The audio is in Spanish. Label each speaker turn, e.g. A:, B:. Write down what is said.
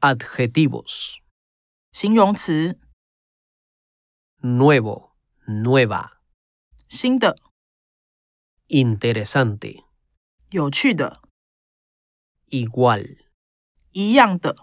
A: Adjetivos.
B: 形容词
A: Nuevo, nueva,
B: 新的、
A: interesante,
B: 有趣的、
A: igual,
B: 一样的、